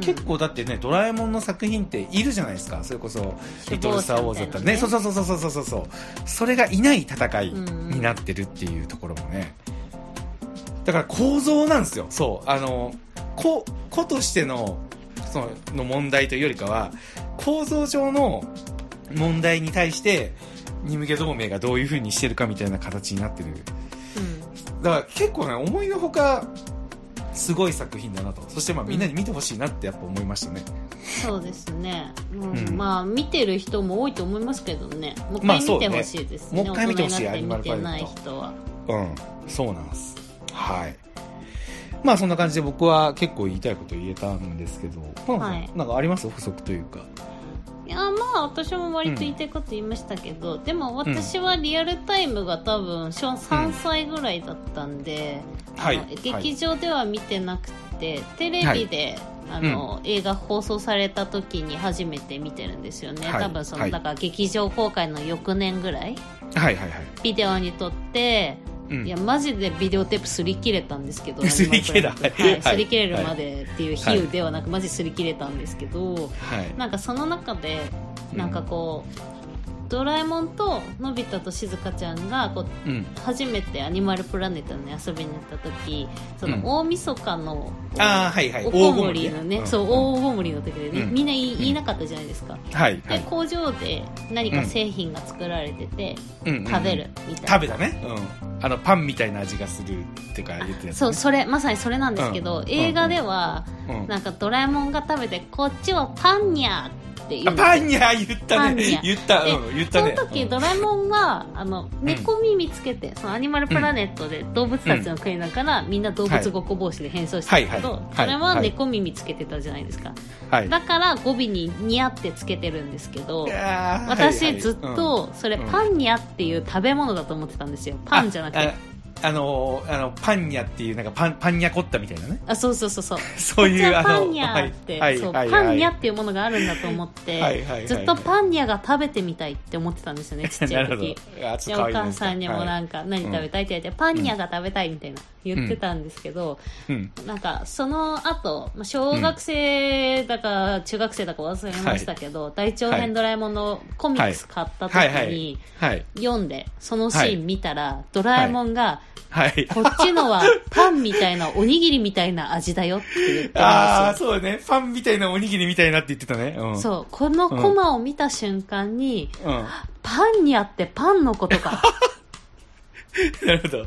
A: 結構だってね、ドラえもんの作品っているじゃないですか。それこそ、リトル・スター・ウォーズだったらね。そう
B: う
A: そうそうそうそうそうそう。それがいない戦いになってるっていうところもね。だから構造なんですよ。そう。あの、子、子としての、その、の問題というよりかは、構造上の問題に対して、ニムゲ同盟がどういう風にしてるかみたいな形になってる。だから結構ね、思いのほか、すごい作品だなと。そしてまあみんなに見てほしいなってやっぱ思いましたね。
B: そうですね、うん
A: うん
B: まあ見てる人も多いと思いますけどねもう一
A: まあ
B: 回
A: そう
B: 見
A: ね
B: てほしいですね,、
A: もう一回見てほしい
B: 大人になって見て
A: ア
B: な
A: ニ
B: い
A: マル
B: 人は
A: うん、そうなんです。はい。まあそんな感じで僕は結構言いたいこと言えたんですけど、コナンさん
B: はい
A: なんかあります補足というか。
B: いやあまあ私も割と言いたいこと言いましたけど、でも私はリアルタイムが多分小3歳ぐらいだったんで、あ
A: はい
B: の
A: はい
B: 劇場では見てなくてテレビで、あの映画放送された時に初めて見てるんですよね、
A: はい
B: 多分その、
A: はい
B: だから劇場公開の翌年ぐらい
A: はいはいはい。
B: ビデオに撮って、
A: うん
B: いやマジでビデオテープすり切れたんですけど
A: 擦り切れた
B: はい
A: はい
B: 擦り切れるまでっていう比喩ではなく、マジすり切れたんですけど
A: はい。
B: なんかその中でなんかこう、ドラえもんとのび太としずかちゃんがこう
A: うん。
B: 初めてアニマルプラネットに遊びに行った時その
A: うん
B: 大晦日の、
A: ああ、はいはい。
B: おこもりのね、
A: ん
B: そう大ごもりの時でね、
A: うん
B: みんな言い,、
A: ん
B: なかったじゃないですか
A: はいは
B: で
A: い。
B: 工場で何か製品が作られてて、
A: うんうん
B: 食べる。みた
A: 食
B: いな
A: べたね。うん。あの、パンみたいな味がするってか言ってたやつね。
B: そうそれまさにそれなんですけど、映画では、
A: うん。
B: なんかドラえもんが食べてこっちはパンニャーって言
A: あ
B: うんですよ
A: パンニャー言った
B: パンニャ
A: ね。言った、うん、言ったね。
B: その時
A: うん
B: ドラえもんはあの猫耳つけて、そのアニマルプラネットで動物たちの国だから、みんな動物ごっこ帽子で変装してるけど、
A: はいはいはい
B: それ
A: は
B: はい猫耳つけてたじゃないですか、
A: はい。
B: だから語尾にニャってつけてるんですけど、
A: あーはいは
B: 私
A: い
B: ずっ
A: うん
B: とそれパンニャっていう食べ物だと思ってたんですよパンじゃなくて
A: あああのーあのパンニャっていうなんかパンパンニャコッタみたい なね
B: あそうそうそうそう
A: そう
B: じ
A: いうあ
B: ゃあ
A: の
B: パンニャーって、
A: はい
B: そう
A: はい
B: パンニャ
A: は
B: っ
A: い
B: ていうものがあるんだと思って、
A: はいはいはいはい
B: ずっとパンニャが食べてみたいって思ってたんですよ ねちっちゃい
A: なるほ
B: 時
A: どあち
B: で
A: ょ
B: お
A: っと可愛いね
B: 母さんにも
A: は
B: ないんか、何食べたいって言われて、パンニャが食べたいみたいな言ってたんですけど、
A: うん
B: なんかその後まあ小学生だか中学生だか忘れましたけど、大長編ドラえもんのコミックス買った時に、
A: はいはいはい
B: 読んでそのシーン見たら、ドラえもんが、
A: はい
B: こっちのは パンみたいなおにぎりみたいな味だよって言って
A: あ
B: ま
A: あ
B: すよ
A: そうだねパンみたいなおにぎりみたいなって言ってたねうん
B: そうこのコマを見た瞬間に、
A: うん
B: パンにあってパンのことか
A: なるほど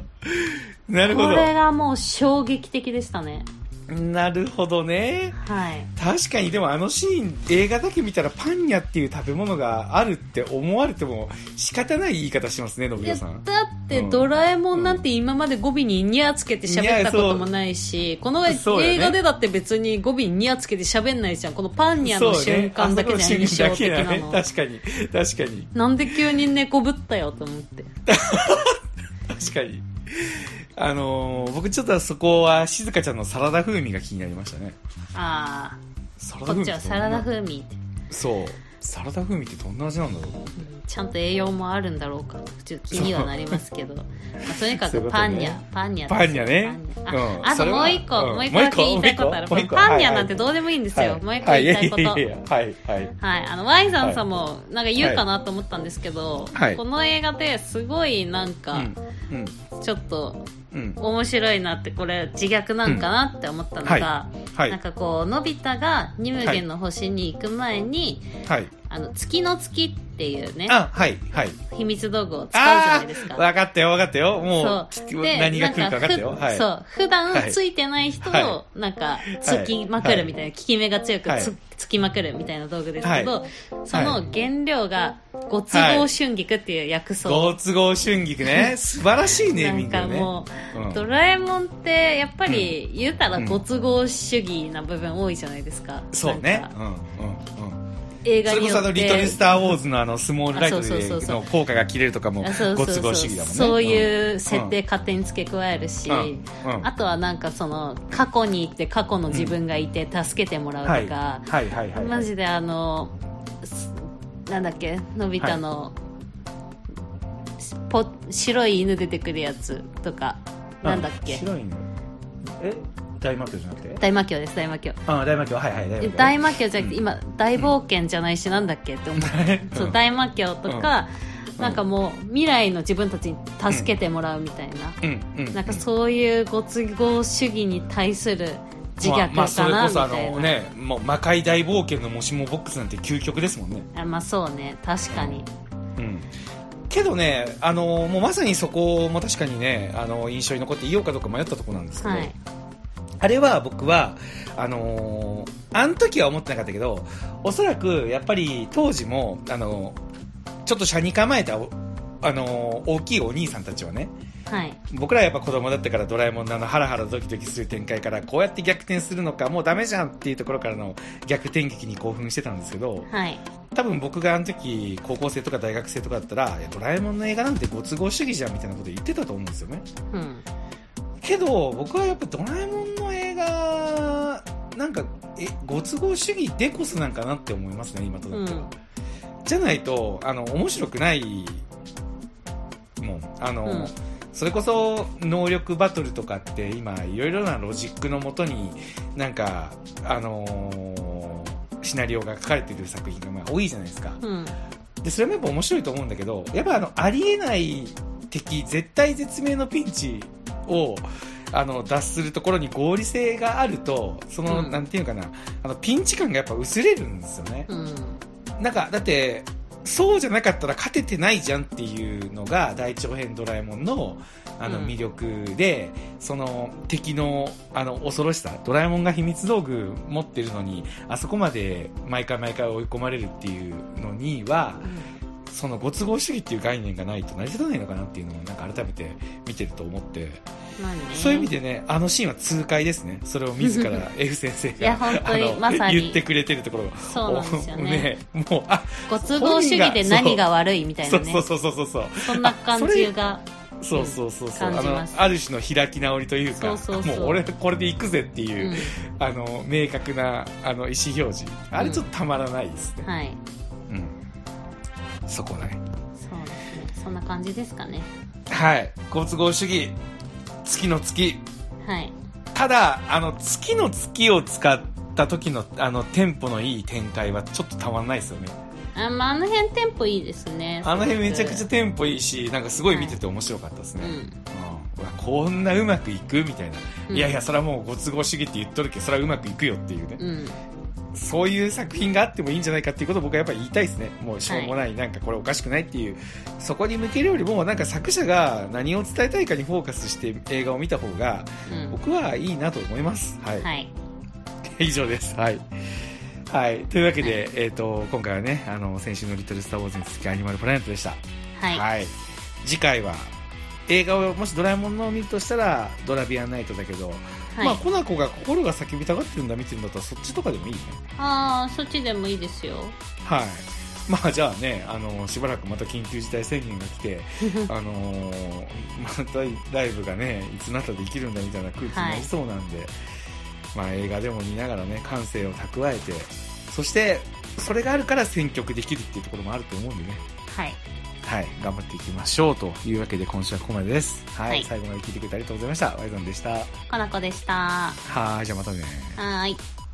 A: なる
B: これ
A: ほ
B: がもう衝撃的でしたね
A: どなるほどね
B: はい
A: 確かにでもあのシーン映画だけ見たらパンニャっていう食べ物があるって思われても仕方ない言い方しますね信
B: いや
A: 代
B: だ
A: さん
B: って
A: うん
B: ドラえもんなんて今まで語尾にニャーつけて喋ったこともないし、この
A: そうだよね
B: 映画でだって別に語尾にニャーつけて喋んないじゃんこのパンニャの
A: そうね
B: 瞬間だけじゃん
A: あ
B: 印
A: そこの
B: 象
A: 瞬
B: 的
A: 間だ
B: な
A: け
B: の、
A: だね確かに確かに
B: なんで急に猫ぶったよと思って
A: 確かにあのー僕ちょっとそこは静香ちゃんのサラダ風味が気になりましたね
B: あ
A: サ
B: あ
A: ラ
B: こ
A: ダ風
B: っ
A: 味
B: ちは
A: て
B: サラダ風味って
A: そうサラダ風味ってどんな味なんだろう
B: ちゃんと栄養もあるんだろうかちょっと気にはなりますけど、まあ、とにか
A: そういうことね
B: くパンニャパンニャ
A: パンニャね
B: パンニャ
A: うん
B: ああ
A: そ
B: と
A: れは
B: もう一個、
A: うん
B: もう一個
A: もう一
B: だけ
A: 個
B: 言いたいことある
A: もう一個
B: パンニャなんてどうでもいいんですよ、もう一個言いたいこと、
A: はいやはいやはいや
B: はい、あの Y さんさんもなんか言うかなと思ったんですけど、
A: はい
B: この映画ですごいなんか
A: はいうん
B: ちょっと
A: うんうん
B: 面白いなってこれ自虐なんかなって思ったのが、
A: うんはい
B: なんかこうのび太がニムゲンの星に行く前に、
A: はい
B: あの月の月っていうね
A: あはいはい
B: 秘密道具を使うじゃな
A: あ
B: いです
A: あ
B: か。
A: 分かったよ分かったよも
B: そう
A: ち
B: う
A: ょっと
B: で
A: 何が来るか分かったよ
B: なんふ
A: はい
B: そう普
A: は
B: 段
A: い
B: ついてない人
A: は
B: をなんかつきまくるみたいな、効き目が強くつ,、
A: はい
B: つきまくるみたいな道具ですけど、
A: は
B: その原料がご都合春菊っていう薬草、
A: ご都合春菊ね素晴らしいネー
B: な
A: ミン
B: ん
A: グだ
B: か
A: ね
B: もう、
A: うん
B: ドラえもんってやっぱり言うたらご都合主義な部分多いじゃないですか、
A: そうね
B: なん
A: う
B: か
A: んうんうん
B: 映画
A: それ
B: に
A: こそ
B: よ
A: あ
B: っ
A: の「
B: て
A: リトル・スター・ウォーズ」のあのスモールライト
B: あそうそうそう
A: で
B: そう
A: の効果が切れるとかも
B: あそうそ
A: ご
B: うそ
A: 都
B: う
A: 合主義だもんね
B: そういう設定勝手に付け加えるし、
A: うんうん
B: あとはなんかその過去に行って過去の自分がいて助けてもら
A: はい
B: うとか、
A: はいはいはい
B: マジであのすなんだっけのび太の、ぽ白い犬出てくるやつとかなんだっけ
A: 白いのえ大魔教じゃなくて
B: 大魔教です大魔教
A: あ大魔教はいはい
B: え
A: 大
B: 大魔教じゃなくて、今大冒険じゃないし、なんだっけって思って
A: 魔教
B: そう大魔教とか、なんかもう未来の自分たちに助けてもらうみたいな、
A: うんうん
B: なんかそういうご都合主義に対する自
A: まあ
B: 虐
A: まあ
B: か
A: それ
B: な
A: こ
B: み
A: そあ
B: たい
A: の
B: な。
A: ねもう魔界大冒険のもしもボックスなんて究極ですもんね
B: あまあそうね確かに、
A: うんけどねあのもうまさにそこも確かにねあの印象に残っていようかどうか迷ったところなんですけど
B: はい
A: あれは僕は、あのーあの時は思ってなかったけど、おそらくやっぱり当時も、あのーちょっと車に構えたお、あのー大きいお兄さんたちはね、
B: はい
A: 僕らやっぱ子供だったからドラえもんのあのハラハラドキドキする展開からこうやって逆転するのかもうダメじゃんっていうところからの逆転劇に興奮してたんですけど
B: はい
A: 多分僕があの時高校生とか大学生とかだったらいやドラえもんの映画なんてご都合主義じゃんみたいなこと言ってたと思うんですよね
B: うん
A: けど僕はやっぱドラえもんの映画なんかえご都合主義でこそなんかなって思いますね今とな
B: う
A: っては、
B: ん
A: じゃないとあの面白くないもんあの、
B: うん
A: それこそ能力バトルとかって今いろいろなロジックのもとになんかあのーシナリオが書かれてる作品がまあ多いじゃないですか
B: うん
A: でそれもやっぱ面白いと思うんだけどやっぱあのありえない敵絶対絶命のピンチをあの脱するところに合理性があるとその、
B: うん
A: なんていうかなあのピンチ感がやっぱ薄れるんですよね、
B: うん
A: なんかだってそうじゃなかったら勝ててないじゃんっていうのが大長編ドラえもんのあの
B: うん
A: 魅力で、その敵のあの恐ろしさドラえもんが秘密道具持ってるのにあそこまで毎回毎回追い込まれるっていうのにはそのご都合主義っていう概念がないと成り立たないのかなっていうのをなんか改めて見てると思って、
B: まあね
A: そういう意味でねあのシーンは痛快ですねそれを自 ら F 先生
B: いや
A: が
B: 本当
A: あ
B: に
A: の
B: まさ
A: 言っ
B: に
A: てくれてるところが
B: そうなんですよね
A: ねもうあ
B: ご都合主義で何が悪いみたい
A: そ
B: な
A: う
B: ね
A: そうそうそうそうそう
B: そんな感じが
A: そうそうそうそうあ
B: 感じ
A: の
B: ます
A: ある種の開き直りというか
B: そうそうそう
A: もう俺これで行くぜっていう、
B: う
A: あの明確なあの意思表示あれちょっとたまらないですね
B: ん、はい
A: うんそこだね
B: そうですねそんな感じですかね
A: はいご都合主義月の月
B: はい
A: ただあの月の月を使った時のあのテンポのいい展開はちょっとたまらないですよね
B: あ,、まあ、あの辺テンポいいですね
A: あの辺めちゃくちゃ
B: ゃ
A: テンポいいしなんかすごい見てて面白かったです
B: う
A: ね、
B: ん
A: うんうわこんなうまくいくみたいな、
B: うん
A: いやいやそれはもうご都合主義って言っとるけどそれはうまくいくよっていうね、
B: うん
A: そういう作品があってもいいんじゃないかっていうことを僕はやっぱ言いたいですねもうしょうもない、なんかこれおかしくないっていうそこに向けるよりもなんか作者が何を伝えたいかにフォーカスして映画を見た方が
B: うん
A: 僕はいいなと思いますはい、
B: はい
A: 以上ですはいはい。というわけで、えっ、と、今回はね、あの、先週のリトルスターウォーズに続きアニマルプラネットでした。
B: はい、
A: はい、次回は映画をもしドラえもんのを見るとしたら「ドラビアンナイト」だけど、
B: はい
A: まあコナコが心が叫びたがってるんだ見てるんだったらそっちとかでもいいね
B: ああそっちでもいいですよ
A: はいまあじゃあねあのしばらくまた緊急事態宣言が来てあのーまたライブがねいつになったらできるんだみたいな空気になりそうなんで、まあ映画でも見ながらね感性を蓄えてそしてそれがあるから選曲できるっていうところもあると思うんでね
B: はい
A: はい、頑張っていきましょうというわけで今週はここまでです。はい、
B: はい
A: 最後まで聞いてくれてありがとうございました。ワイドンでした。
B: かなこでしたは
A: はい、じゃあまたね。
B: ーい